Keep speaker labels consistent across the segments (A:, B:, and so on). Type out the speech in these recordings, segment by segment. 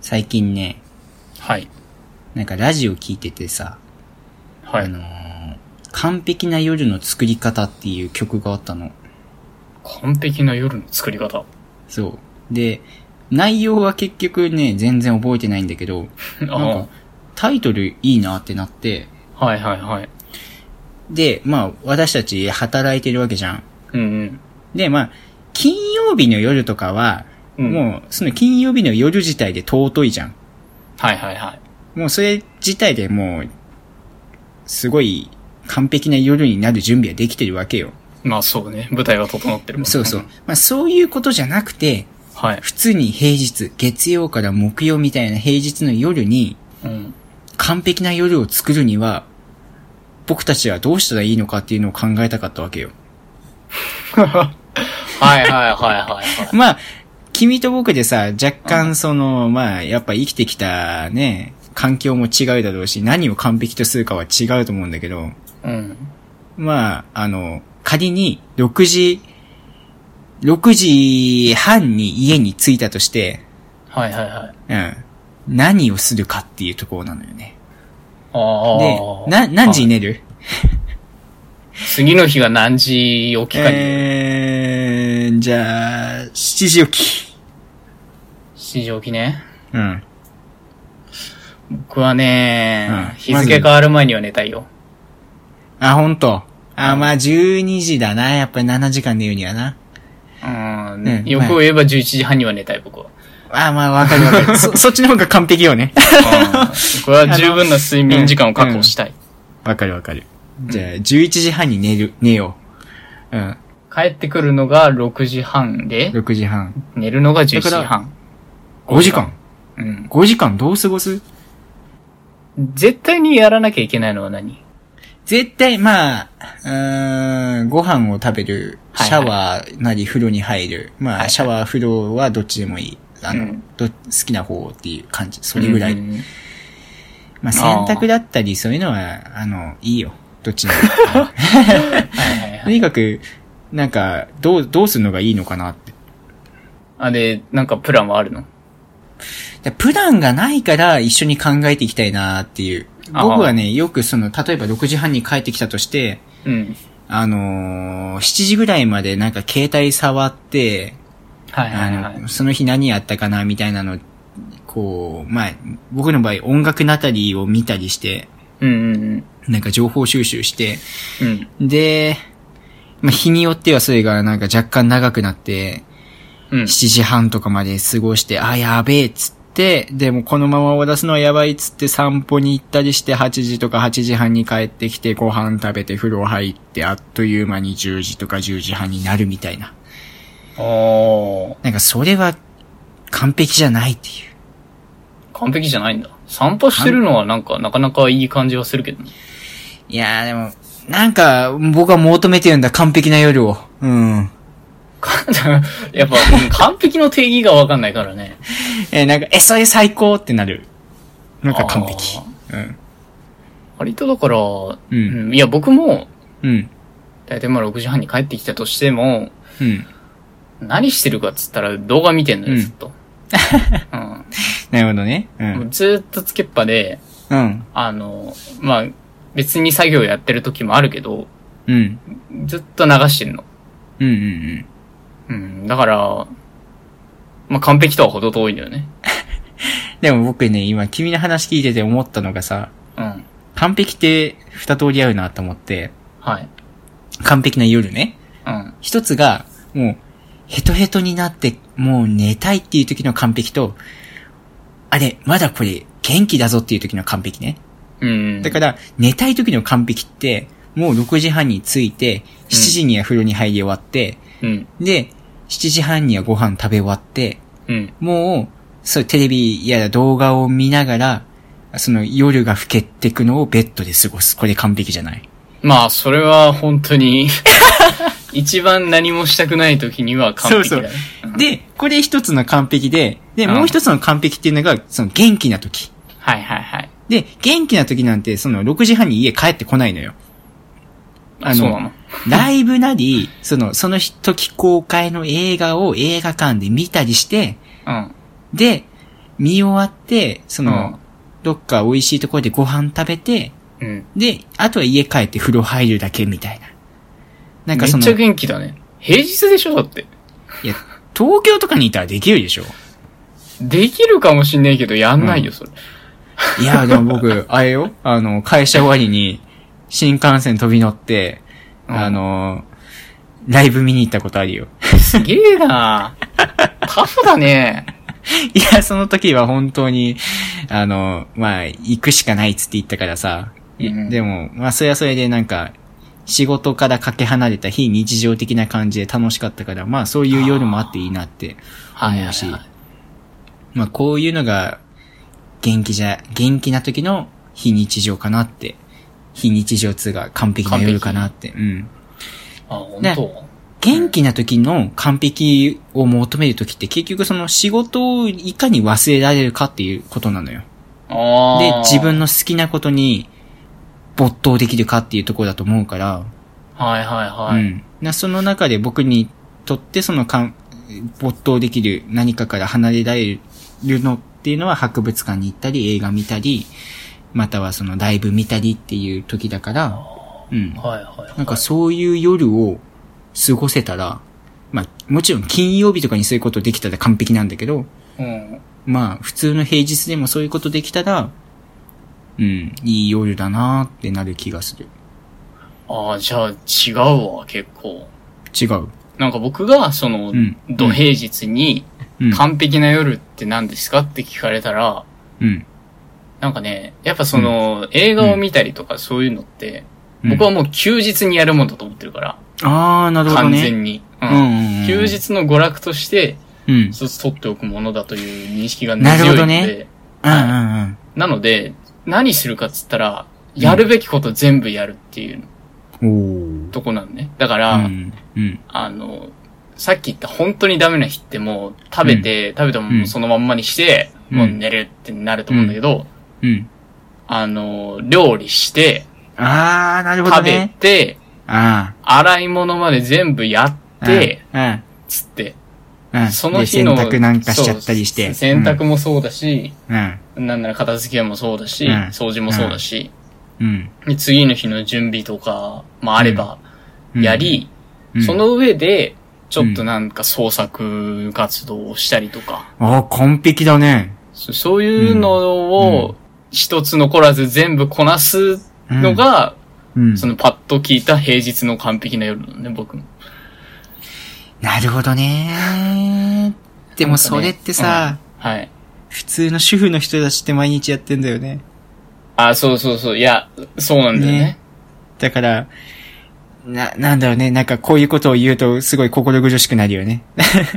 A: 最近ね、
B: はい。
A: なんかラジオ聞いててさ、
B: は
A: あ
B: い。
A: のー完璧な夜の作り方っていう曲があったの。
B: 完璧な夜の作り方。
A: そう。で、内容は結局ね、全然覚えてないんだけど、なん
B: あ
A: かタイトルいいなってなって、
B: あ。はいはいはい。
A: で、まあ、私たち働いてるわけじゃん。
B: うんうん。
A: で、まあ、金曜日の夜とかは、
B: うん
A: もう、その金曜日の夜自体で尊いじゃん。
B: はいはいはい。
A: もうそれ自体でもう、すごい完璧な夜になる準備はできてるわけよ。
B: まあそうね。舞台が整ってるもんね
A: そうそう。。まあそういうことじゃなくて、
B: はい。
A: 普通に平日、月曜から木曜みたいな平日の夜に、
B: うん。
A: 完璧な夜を作るには、僕たちはどうしたらいいのかっていうのを考えたかったわけよ。
B: はいはいはいはいはい。
A: まあ、君と僕でさ、若干その、まあ、やっぱ生きてきたね、環境も違うだろうし、何を完璧とするかは違うと思うんだけど、
B: うん。
A: まあ、あの、仮に6時、6時半に家に着いたとして、
B: はいはいはい。
A: うん。何をするかっていうところなのよね。で
B: あ、あ。
A: な、何時に寝る
B: 次の日が何時起きかによる。
A: えー、じゃあ、7時起き。
B: 7時起きね。
A: うん。
B: 僕はね、
A: うん
B: 日付変わる前には寝たいよ。
A: あ、ほんと。あ、まあ、12時だな。やっぱり7時間寝るにはな。
B: うん。
A: ね
B: 欲を言えば11時半には寝たい、僕は。
A: あ、まあ、わかるわか る。そ、そっちの方が完璧よね。
B: 僕は十分な睡眠時間を確保したい。
A: わかるわかる。じゃあ、11時半に寝る、寝よう。うん。
B: 帰ってくるのが6時半で、
A: 6時半。
B: 寝るのが11時
A: だか
B: 半。
A: 5時間
B: うん。
A: 5時間どう過ごす
B: 絶対にやらなきゃいけないのは何
A: 絶対、まあ、うーん、ご飯を食べる、
B: はい
A: シ
B: はい
A: ャワーなり風呂に入る。
B: は
A: ま
B: いは
A: あ、
B: い
A: シャワー、風呂はどっちでもいい。あの、
B: うん
A: ど好きな方っていう感じ。それぐらい。
B: うん
A: まあ、洗濯だったり、そういうのは、あの、いいよ。どっ ちにも。
B: はいはい
A: と
B: はい。
A: にかく、なんか、どう、どうするのがいいのかなって。
B: あ、で、なんかプランはあるの
A: でプランがないから一緒に考えていきたいなっていう。
B: あ
A: 僕はね、よくその、例えば6時半に帰ってきたとして、
B: うん。
A: あのー、7時ぐらいまでなんか携帯触って、
B: はいは
A: あ
B: い
A: の、
B: はい。
A: その日何やったかなみたいなの、こう、まあ、僕の場合音楽なたりを見たりして、
B: うんうんうん。
A: なんか情報収集して、
B: うん。
A: で、まあ、日によってはそれがなんか若干長くなって、
B: うん。
A: 7時半とかまで過ごして、あ、やべえっつって、でもこのまま終わらすのはやばいっつって散歩に行ったりして、8時とか8時半に帰ってきて、ご飯食べて風呂入って、あっという間に10時とか10時半になるみたいな。
B: おー。
A: なんかそれは完璧じゃないっていう。
B: 完璧じゃないんだ。散歩してるのはなんか、なかなかいい感じはするけどね。
A: いやーでも、なんか僕は求めてるんだ、完璧な夜を。うん。
B: やっぱ、うん完璧の定義がわかんないからね。
A: えーなんか、え、それ最高ってなる。なんか完璧。うん。
B: 割とだから、うんんいや、僕も、
A: うん。
B: だいたいまあ6時半に帰ってきたとしても、
A: うん。
B: 何してるかっつったら動画見てんの
A: う
B: よ、
A: ん
B: ずっ と。うん。
A: なるほどね。う。
B: もうんずっとつけっぱで、
A: うん。
B: あの、まあ、別に作業やってる時もあるけど、
A: うん。
B: ずっと流してんの。
A: うん。うん。うん。
B: うん。だから、まあ、完璧とは程遠いんだよね。
A: でも僕ね、今君の話聞いてて思ったのがさ、
B: うん。
A: 完璧って二通りあるなと思って、
B: はい。
A: 完璧な夜ね。
B: うん。
A: 一つが、もう、ヘトヘトになって、もう寝たいっていう時の完璧と、あれ、まだこれ、元気だぞっていう時の完璧ね。
B: うん。
A: だから、寝たい時の完璧って、もう6時半に着いて、7時には風呂に入り終わって、
B: うん。
A: で、7時半にはご飯食べ終わって、
B: うん。
A: もう、そう、テレビやら動画を見ながら、その夜が更けてくのをベッドで過ごす。これ完璧じゃない。
B: まあ、それは本 当に、一番何もしたくない時には完璧だよ。
A: そうで、これ一つの完璧で、で、
B: うん
A: もう一つの完璧っていうのが、その元気な時。
B: はいはいはい。
A: で、元気な時なんて、その6時半に家帰ってこないのよ。あ
B: あそうな
A: の、
B: の。
A: ライブなり、その、その時公開の映画を映画館で見たりして、
B: うん。
A: で、見終わって、その、
B: うん
A: どっか美味しいところでご飯食べて、
B: うん。
A: で、あとは家帰って風呂入るだけみたいな。なん
B: め
A: か
B: っ
A: その、
B: ちゃ
A: い
B: 元気だね。平日でしょだって。
A: や、東京とかにいたらできるでしょ
B: できるかもしんないけど、やんないよ、それ。
A: いや、でも 僕、あれよ、あの、会社終わりに、新幹線飛び乗って、
B: うん
A: あの、ライブ見に行ったことあるよ。
B: すげ えなタフだね。
A: いや、その時は本当に、あの、まあ、行くしかないっつって言ったからさ。い
B: うん
A: でも、まあ、それはそれでなんか、仕事からかけ離れた非日常的な感じで楽しかったから、まあ、そういう夜もあっていいなって思うし。まあ、こういうのが、元気じゃ、元気な時の非日常かなって。非日常通が完璧な夜かなって。うん。
B: あ、本
A: ね
B: 当。
A: 元気な時の完璧を求める時って結局その仕事をいかに忘れられるかっていうことなのよ。
B: あ
A: で
B: あ。、
A: 自分。の好きなことに没頭できるかっていうところだと思うから、
B: はいはいはい。
A: うん。なその中で僕にとってそのかん没頭できる何かから離れられるのっていうのは博物館に行ったり映画見たり、またはそのライブ見たりっていう時だから、うん。
B: はいはいはい。
A: なんかそういう夜を過ごせたら、まあもちろん金曜日とかにそういうことできたら完璧なんだけど、
B: うん。
A: まあ、普通の平日でもそういうことできたら、うん、いい夜だなーってなる気がする。
B: ああ、じゃあ違うわ、結構。
A: 違う。
B: なんか僕が、その、
A: ん
B: 土平日に、
A: うん。
B: 完璧な夜って何ですかって聞かれたら、
A: うん。
B: なんかね、やっぱその、映画を見たりとかそういうのっ
A: う
B: て、
A: ん
B: 僕はもう休日にやるもんだと思ってるから、
A: あー、なるほど
B: 完
A: ね。
B: 全に。う
A: うんんうんうん。
B: 休日の娯楽として、
A: うん。
B: 一つ取っておくものだという認識が根
A: な
B: 強いので、
A: るほどねうんうんうん。
B: なので、何するかっつったら、やるべきこと全部やるっていう
A: おー。
B: とこなのね。だから、
A: うん。うん。
B: あの、さっき言った本当にダメな日ってもう食べて、食べたものをそのまんまにして、
A: うん
B: もう寝るってなると思うんだけど、
A: うん。
B: あの、料理して、
A: あー、なるほど
B: 食べ
A: ね。
B: て、
A: あ
B: 洗い物まで全部
A: ー。
B: やって、
A: うん、
B: つって、
A: うん。うん。
B: その日の。
A: で洗濯なんかしちゃったりし
B: そ
A: て。
B: う洗濯もそうだし、
A: うん。
B: なんなら片付けもそうだし、
A: うん
B: 掃除もそうだし、
A: うん。
B: で次の日の準備とかもあれば、
A: うん。
B: やり、
A: うん、
B: その上で、ちょっとなんか創作活動をしたりとか、
A: あー、完璧だね。
B: そそういうの
A: う
B: を一つ残らず全部こなす
A: うん
B: の、が、
A: うん。
B: そのパッと聞いた平日の完璧な夜なのね、僕の。
A: なるほどねー。でもそれってさ、
B: はい。
A: 普通の主婦の人たちって毎日やってんだよね。
B: あ、そうそうそう。いや、そうなんだよね
A: ねだから、な、なんだろうね。なんかこういうことを言うとすごい心苦しくなるよね。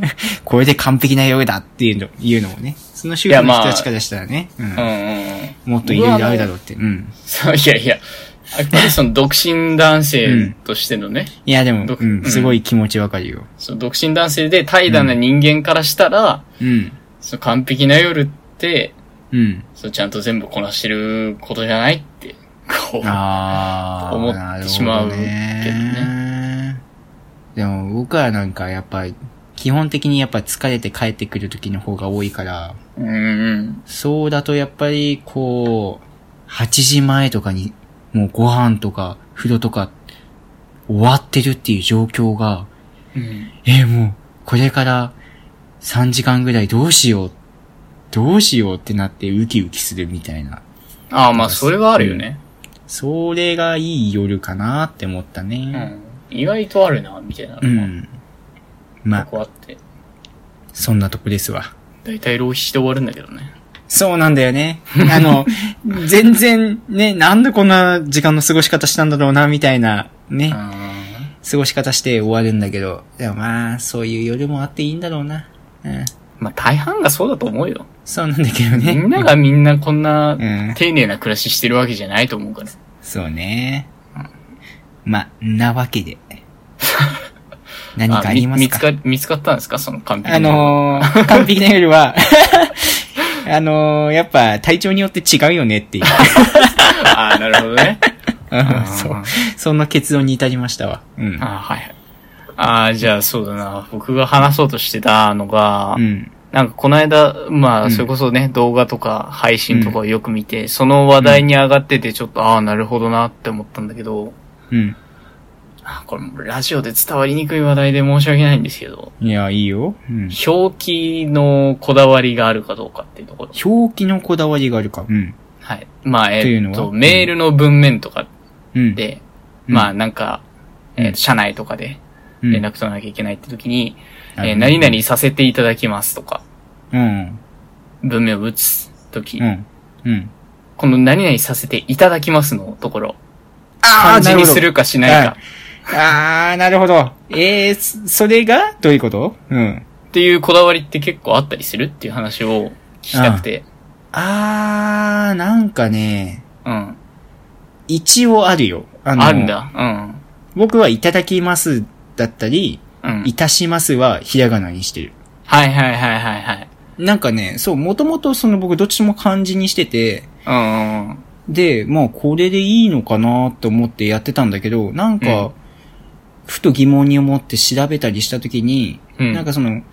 A: これで完璧なようだっていうの、いうのもね。その主婦の人たちからしたらね。
B: う
A: うん
B: んうんうん。
A: もっといろいろあるだろうって。うん。
B: そう、いやいや、やっぱりその独身男性としてのね、
A: いやでも、
B: ど
A: う
B: うん
A: ん、すごい気持ちわかるよ。
B: その独身男性で怠惰な人間からしたら、
A: うん。
B: その完璧な夜って、
A: うん。
B: そのちゃんと全部こなしてることじゃないって、こう。
A: あー
B: 思ってしまうけどね
A: なるほどねでも僕はなんかやっぱ、基本的にやっぱ疲れて帰ってくる時の方が多いから、
B: うんうん。
A: そうだとやっぱり、こう、8時前とかに、もうご飯とか、風呂とか、終わってるっていう状況が、
B: うん。
A: えー、もう、これから3時間ぐらいどうしよう、どうしようってなってウキウキするみたいな。
B: ああ、まあそれはあるよね。
A: それがいい夜かなって思った
B: うん。
A: ね。
B: 意外とあるな、みたいな
A: う
B: のが、
A: ん。まあ
B: こ、こあって。
A: そんなとこですわ。
B: だいたい浪費して終わるんだけどね。
A: そうなんだよ ね。あの、全然ね、なんでこんな時間の過ごし方したんだろうな、みたいな、ね。
B: あ
A: 過ごし方して終わるんだけど、でもまあ、そういう夜もあっていいんだろうな。うん。
B: まあ大半がそうだと思うよ。
A: そうなんだけど
B: み
A: ね。
B: んながみんなこんな
A: うん
B: 丁寧な暮らししてるわけじゃないと思うから。
A: そうね。まあ、なわけで。何かありますか
B: あみ見つか、見つかったんですかその完璧
A: あのー、完璧な夜は、 あのー、やっぱ体調によって違うよねっていう。
B: ああ、なるほどね。
A: うんそう。そんな結論に至りましたわ。うん
B: あ。あ、はいはい。ああ、じゃあそうだな。僕が話そうとしてたのが、
A: うん。
B: なんかこの間、ま
A: うん
B: あ、それこそね、動画とか配信とかをよく見て、その話題に上がってて、ちょっと、ああ、なるほどなって思ったんだけど、
A: うん。
B: あこれもラジオで伝わりにくい話題で申し訳ないんですけど、
A: いや、いいよ。うん。
B: 表記のこだわりがあるかどうかっていうところ。
A: 表記のこだわりがあるか。うん。
B: はい。まあ、え
A: っていう
B: ー
A: の
B: っ
A: は
B: と、メールの文面とか
A: うん。、
B: で、
A: うん
B: まあ、なんか、
A: うん
B: えー社内とかで
A: うん、
B: 連絡取らなきゃいけないって時に、
A: ある
B: えー
A: ね
B: 何々させていただきますとか、
A: うん。
B: 文面を打つ時、
A: うん。うん。
B: この何々させていただきますのところ、
A: あ
B: 漢字にするかしない
A: は
B: か
A: いあー、なるほど。えー、そそれがどういうことうん。
B: っていうこだわりって結構あったりするっていう話を聞きたくて、
A: あー、なんかね、
B: うん。
A: 一応あるよ。あ
B: あるん。だ。うん。
A: 僕はいただきますだったり、
B: うん。
A: いたしますはひらがなにしてる。
B: はいはいはいはいはい。
A: なんかね、そう、もともとその僕どっちも漢字にしてて、
B: うんうんうん。
A: で、まあこれでいいのかなと思ってやってたんだけど、なんか、
B: うん
A: ふと疑問に思って調べたりしたときに、
B: うん
A: なんかその、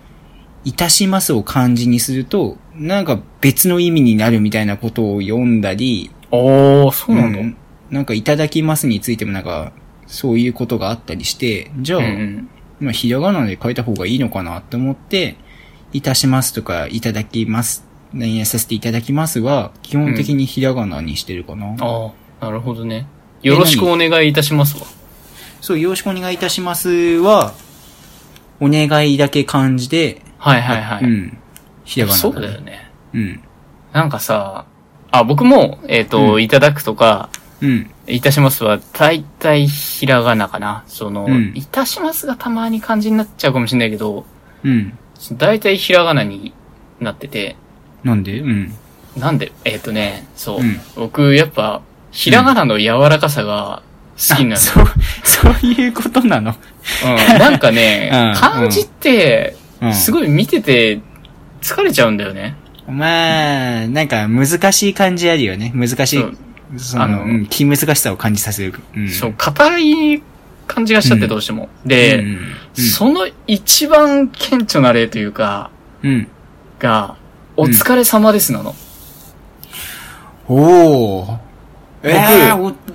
A: いたしますを漢字にすると、なんか別の意味になるみたいなことを読んだり、
B: おー、そうなんだ。うん
A: なんかいただきますについてもなんか、そういうことがあったりして、じゃあ、
B: うん。
A: まあ、ひらがなで書いた方がいいのかなって思って、いたしますとか、いただきます、何々させていただきますは、基本的にひらがなにしてるかな。
B: ああ、なるほどね。よろしくお願いいたしますわ。
A: そう、よろしくお願いいたしますは、お願いだけ漢字で、
B: はいはいはい。
A: うん。ひらがな。
B: そうだよ。ね。
A: うん。
B: なんかさ、あ、僕も、えっ、と、
A: うん
B: いただくとか、
A: うん。
B: いたしますは、大体ひらがなかな。その、
A: うん
B: いたしますがたまに漢字になっちゃうかもしれないけど、
A: うん。
B: 大体ひらがなになってて、
A: なんでうん。
B: なんで、えっ、とね、そう、
A: うん
B: 僕、やっぱ、ひらがなの柔らかさが好きなの
A: あ。そう、そういうことなの。
B: うん、なんかね
A: うん、
B: 漢字って、
A: うん。
B: すごい見てて、疲れちゃうんだよね。
A: まあ、なんか難しい感じあるよね。難しい。
B: そう
A: その、
B: あの
A: うん、気難しさを感じさせる。うん。
B: そう、硬い感じがしちゃっ
A: う
B: て
A: ん
B: どうしても。
A: うん。
B: で、
A: うん。
B: その一番顕著な例というか、
A: うん。
B: が、お疲れ様ですなの。
A: おー。えー、お、うん、
B: う
A: う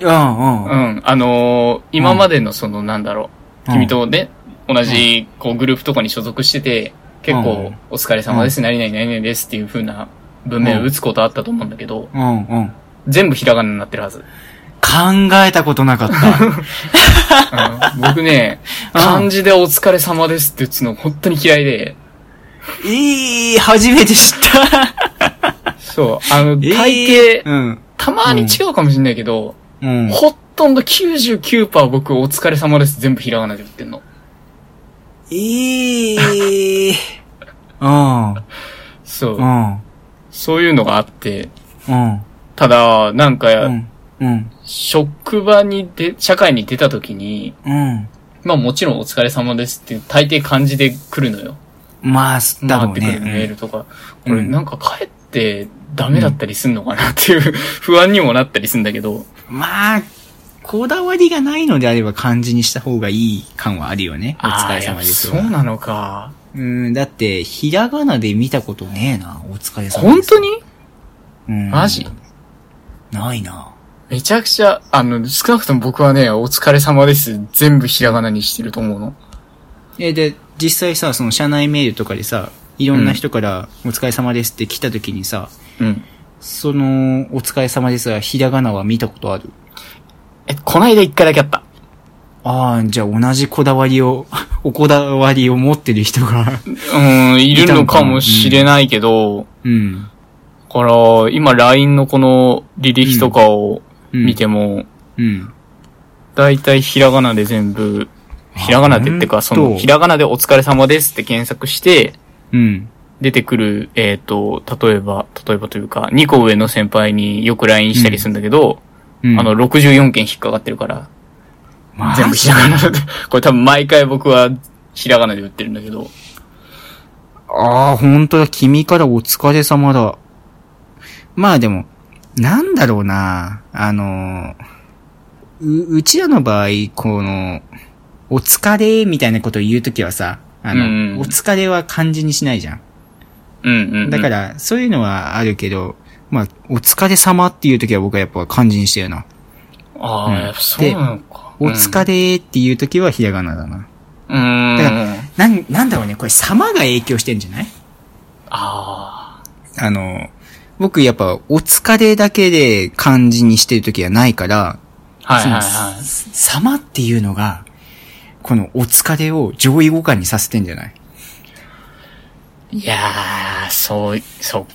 A: ん。
B: ん。あのー今までのその、なんだろ
A: う
B: う、
A: ん
B: 君とね、同じ、こう、グループとかに所属してて、結構、お疲れ様です、何々何々ですっていう風な文明を打つことあったと思うんだけど、
A: うん、うん。
B: 全部ひらがなになってるはず。
A: 考えたことなか った。
B: うん僕ね、
A: うん
B: 漢字でお疲れ様ですって打つの本当に嫌いで、
A: いい、初めて知 った。
B: そう、あの、大
A: えー、
B: 抵
A: うん。
B: たまに違うかもしれないけど、
A: うん。
B: ほとんど99%僕お疲れ様です全部ひらがなで打ってんの。
A: い い。うん。
B: そう
A: う。ん。
B: そういうのがあって、
A: うん。
B: ただ、なん
A: う
B: か、
A: ん。うん。
B: 職場に出、社会に出た時に、
A: うん。
B: まあもちろんお疲れ様ですって大抵漢字で来るのよ。
A: まあ、だろう
B: 回ってくるメー
A: ね。
B: ルとか。
A: うん
B: これなんか帰ってダメだったりすんのかなっていう不安にもなったりすんだけど、
A: うんまあ、こだわりがないのであれば漢字にした方がいい感はあるよね。お疲れ様です
B: あーやっぱそう
A: は。
B: なのか。
A: うん、だって、ひらがなで見たことねえな。お疲れ様です。
B: 本当に
A: うん
B: マジ
A: ないな。
B: めちゃくちゃ、あの、少なくとも僕はね、お疲れ様です。全部ひらがなにしてると思うの。
A: え、で、実際さ、その社内メールとかでさ、いろんな人からお疲れ様ですって来た時にさ、
B: うん。
A: その、お疲れ様ですが、ひらがなは見たことある
B: え、こないだ一回だけあった。
A: ああ、じゃあ同じこだわりを、 おこだわりを持ってる人 が。
B: うん、いるのかもしれないけど、
A: うん。
B: だから、今 LINE のこの履歴とかを
A: うん
B: 見ても、
A: うん。
B: だいたいひらがなで全部、ひらがなでって
A: ほ
B: か、
A: んと
B: その、ひらがなでお疲れ様ですって検索して、
A: うん。
B: 出てくる、えっ、と、例えば、例えばというか、2個上の先輩によく LINE したりするんだけど、
A: うん。
B: あの、、64件引っかかってるから、
A: まあ、
B: 全部ひらがな で、これ多分毎回僕はひらがなで打ってるんだけど、
A: ああ、本当だ。君からお疲れ様だ。まあでも、なんだろうな。あの、う、うちらの場合、この、お疲れみたいなことを言うときはさ、あの、
B: うん
A: お疲れは漢字にしないじゃん。
B: うんうんうん。、
A: だからら、そういうのはあるけど、まあ、お疲れ様っていう時は僕はやっぱ肝心してるな。
B: ああ、やっぱそうなのか。
A: お疲れっていう時はひらがなだな。
B: うん。うん。
A: だか
B: あ
A: なん、なんだろうね、これ様が影響してんじゃない
B: あ
A: あの、僕やっぱお疲れだけで漢字にしてる時はないから、
B: ー。はいはいはい。
A: その様っていうのが、このお疲れを上位互換にさせてんじゃない
B: いやー、そう、そっか。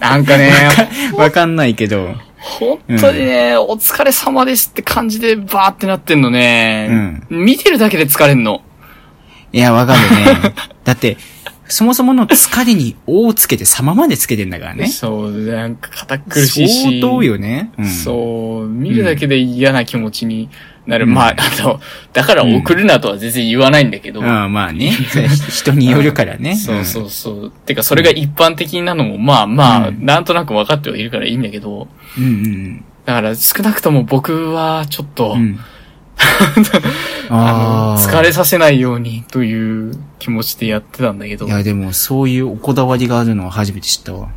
B: なんかね、
A: わかんないけど、
B: 本当にね、お疲れ様ですって感じでバーってなってんのね。見てるだけで疲れんの。
A: いや、わかる ね。だって、そもそもの疲れに、おをつけて、様までつけてんだからね。
B: そう、なんか堅苦しいし。
A: 相当よね。うん、
B: そう、見るだけで嫌な気持ちになる。
A: うん
B: まあ、あの、だから送るなとは全然言わないんだけど。
A: ああ、まあ ね。それは人によるからね。
B: そうそうそう。てか、それが一般的なのも、まあまあ、
A: うん
B: なんとなく分かってはいるからいいんだけど、
A: うん。うん
B: だから少なくとも僕はちょっと、
A: うん うん。
B: あの、
A: ー
B: 疲れさせないようにという気持ちでやってたんだけど
A: い、や、でも、そういうおこだわりがあるのは初めて知ったわ。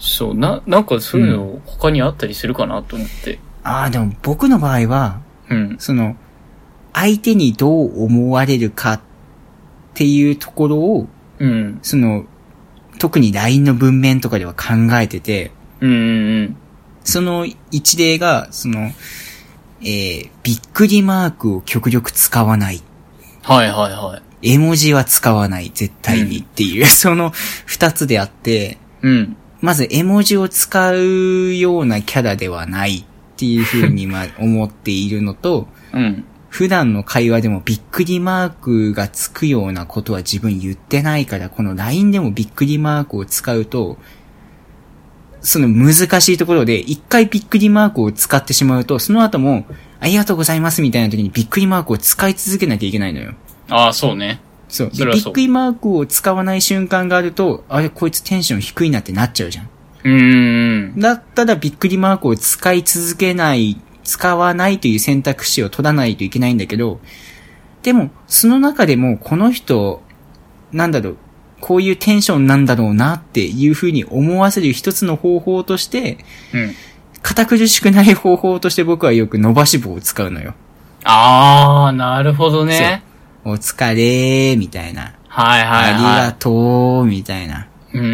B: そう、な、なんかそういうの他にあったりするかなと思って。
A: ああ、でも僕の場合は、
B: うん。
A: その、相手にどう思われるかっていうところを、
B: うん。
A: その、特に LINE の文面とかでは考えてて、
B: うん。うん。
A: その一例が、その、えー、びっくりマークを極力使わない。
B: はいはいはい。
A: 絵文字は使わない、絶対にっていう、その二つであって、
B: うん。
A: まず絵文字を使うようなキャラではないっていうふうにまあ思っているのと、
B: うん。
A: 普段の会話でもびっくりマークがつくようなことは自分言ってないから、この LINE でもびっくりマークを使うと、その難しいところで、一回びっくりマークを使ってしまうと、その後も、ありがとうございますみたいな時にびっくりマークを使い続けなきゃいけないのよ。
B: ああ、そうね。
A: そう。
B: そ
A: で
B: れは
A: びっ
B: そう
A: くりマークを使わない瞬間があると、あれ、こいつテンション低いなってなっちゃうじゃん。
B: うーん。
A: だったらびっくりマークを使い続けない、使わないという選択肢を取らないといけないんだけど、でも、その中でも、この人、なんだろう、こういうテンションなんだろうなっていうふうに思わせる一つの方法として、
B: うん。
A: 堅苦しくない方法として僕はよく伸ばし棒を使うのよ。
B: ああ、なるほどね。
A: お疲れー、みたいな。
B: はいはい
A: あ
B: はい
A: り。がとう、みたいな。
B: うんうんう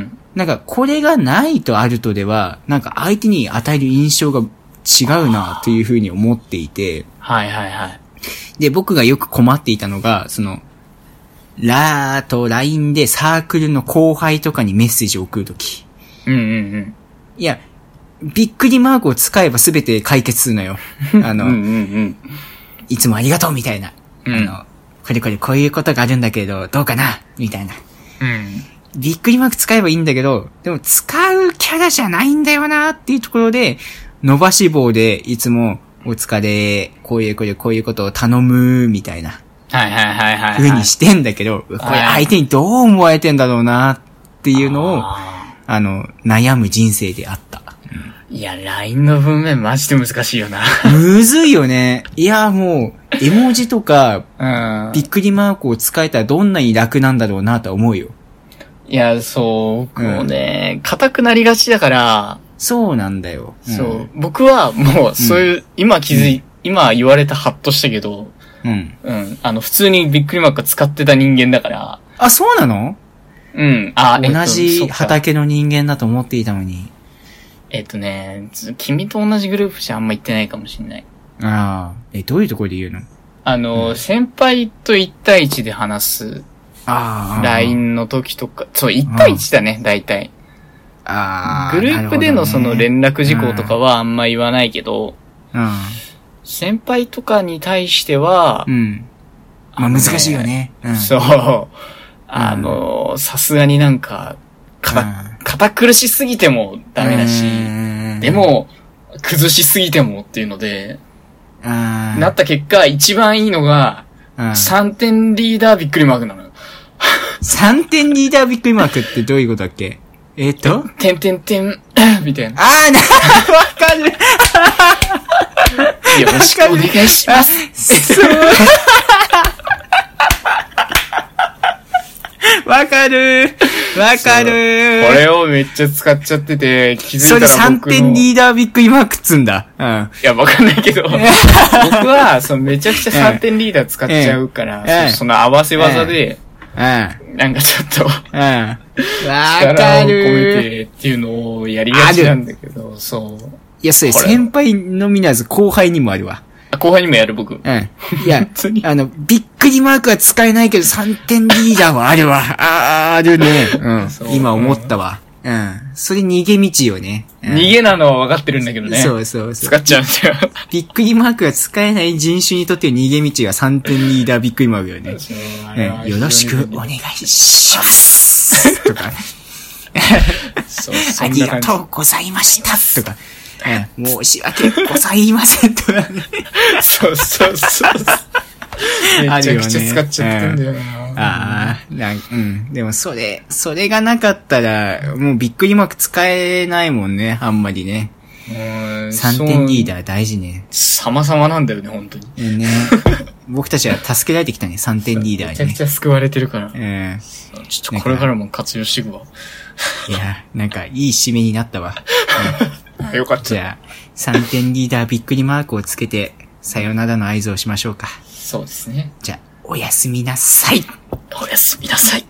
B: ん。
A: なんか、これがないとあるとでは、なんか相手に与える印象が違うなというふうに思っていて、
B: はいはいはい。
A: で、僕がよく困っていたのが、その、ラーと LINE でサークルの後輩とかにメッセージを送るとき。
B: うんうんうん。
A: いや、びっくりマークを使えば全て解決するの よ。あ
B: うんう
A: の、
B: ん
A: いつもありがとうみたいな。
B: うん
A: あの、これこれこういうことがあるんだけど、どうかなみたいな。
B: うん。うん。
A: びっくりマーク使えばいいんだけど、でも使うキャラじゃないんだよなっていうところで、伸ばし棒でいつも、お疲れ、こういうこれこういうことを頼む、みたいな
B: はいはいはいはい、はい。
A: 風にしてんだけど、これ相手にどう思われてんだろうなっていうのを、あ
B: あ
A: の、悩む人生であった。
B: ーいや、LINE の文面マジで難しいよな。
A: むずいよね。いや、もう、絵文字とか、
B: うん
A: びっくりマークを使えたらどんなに楽なんだろうなとは思うよ。
B: いや、そう、僕もね、硬くなりがちだから、
A: そうなんだよ。ん
B: そう、。僕はもう、そういう、今気づい、今言われたハッとしたけど、
A: うん。
B: うん、あの、普通にびっくりマーク使ってた人間だから、
A: あ、そうなの
B: うん、あ、えっと
A: 同じ。
B: そっか
A: 畑の人間だと思っていたのに。
B: えっとね、ず君と同じグループじゃあんま行ってないかもしんない。
A: ああ。え、どういうところで言うの
B: あの、先輩と1対1で話す
A: ああ。。
B: LINE の時とか、そう、1対1だね、大体。
A: ああ。
B: グループでのその連
A: 絡。
B: 絡事項とかはあんま言わないけど、
A: うん。
B: 先輩とかに対しては
A: う、ん。まあ難しいよね。うん。。
B: そうう、あの、さすがになんか、かた、堅苦しすぎてもダメだし、で、も、崩しすぎてもっていうので、
A: ああ。
B: なった結果、一番いいのが、
A: うん、
B: 3点リーダーびっくりマークなのよ。
A: 3点リーダーびっくりマークってどういうことだっけえっと
B: てんてんてん、 みた いな。
A: ああ、な、わかる。
B: よろしくお願いします。
A: そう。 わかるーわかるー
B: これをめっちゃ使っちゃってて、気づ
A: そ
B: い
A: れ
B: たら
A: 3
B: 僕の。
A: 点
B: い
A: リーダービックリマークっつんだ。うん。
B: や、わかんない けど。僕は、そのめちゃくちゃ3点リーダー使っちゃうか
A: ええ
B: ら、そその合わせ技で、
A: うん。
B: なんかちょっと、
A: うん。わ
B: 力
A: か
B: を込
A: る
B: め
A: ー
B: てっていうのをやりがちなんだけど、そう。
A: いや、それ
B: これ
A: 先輩のみならず後輩にもあるわ。
B: あ後輩にもやる僕。
A: うん。いや
B: 当に、
A: あの、ビックリマークは使えないけど3点リーダーはあるわ。あー、あるね。
B: そう
A: うん。今思ったわ。うん。それ逃げ道よね。うん
B: 逃げなのは分かってるんだけどね。
A: そうそうそう
B: 使。っちゃうんですよ。
A: ビックリマークが使えない人種にとっての逃げ道が3点リーダービックリマークよね。うんよろしくお願いします。とか、
B: そう
A: あ
B: そん
A: り
B: な
A: が
B: 感じ
A: とうございました。とか、うん申し訳ございません。とかね。
B: そうそうそうそう。めちゃくちゃ使っちゃってんだよな。
A: ああ、なんうん。でもそれ、それがなかったら、もうビックリマーク使えないもんね、あんまりね。3点リー
B: ー。
A: ダー大事ね。
B: 様々なんだよね、本当に。
A: うんね僕たちは助けられてきたね、3点リーダ
B: めち
A: ー
B: ゃ
A: に
B: くちゃ救われてるから。
A: ね。
B: ちょっとこれからも活用していくわ。
A: うん。いや、なんかいい締めになったわ。
B: あよかっ
A: じ
B: た。
A: ゃあ、3点リーダーびっくりマークをつけて、さよならの合図をしましょうか。
B: そうですね。
A: じゃあ、おやすみなさい
B: おやすみなさい。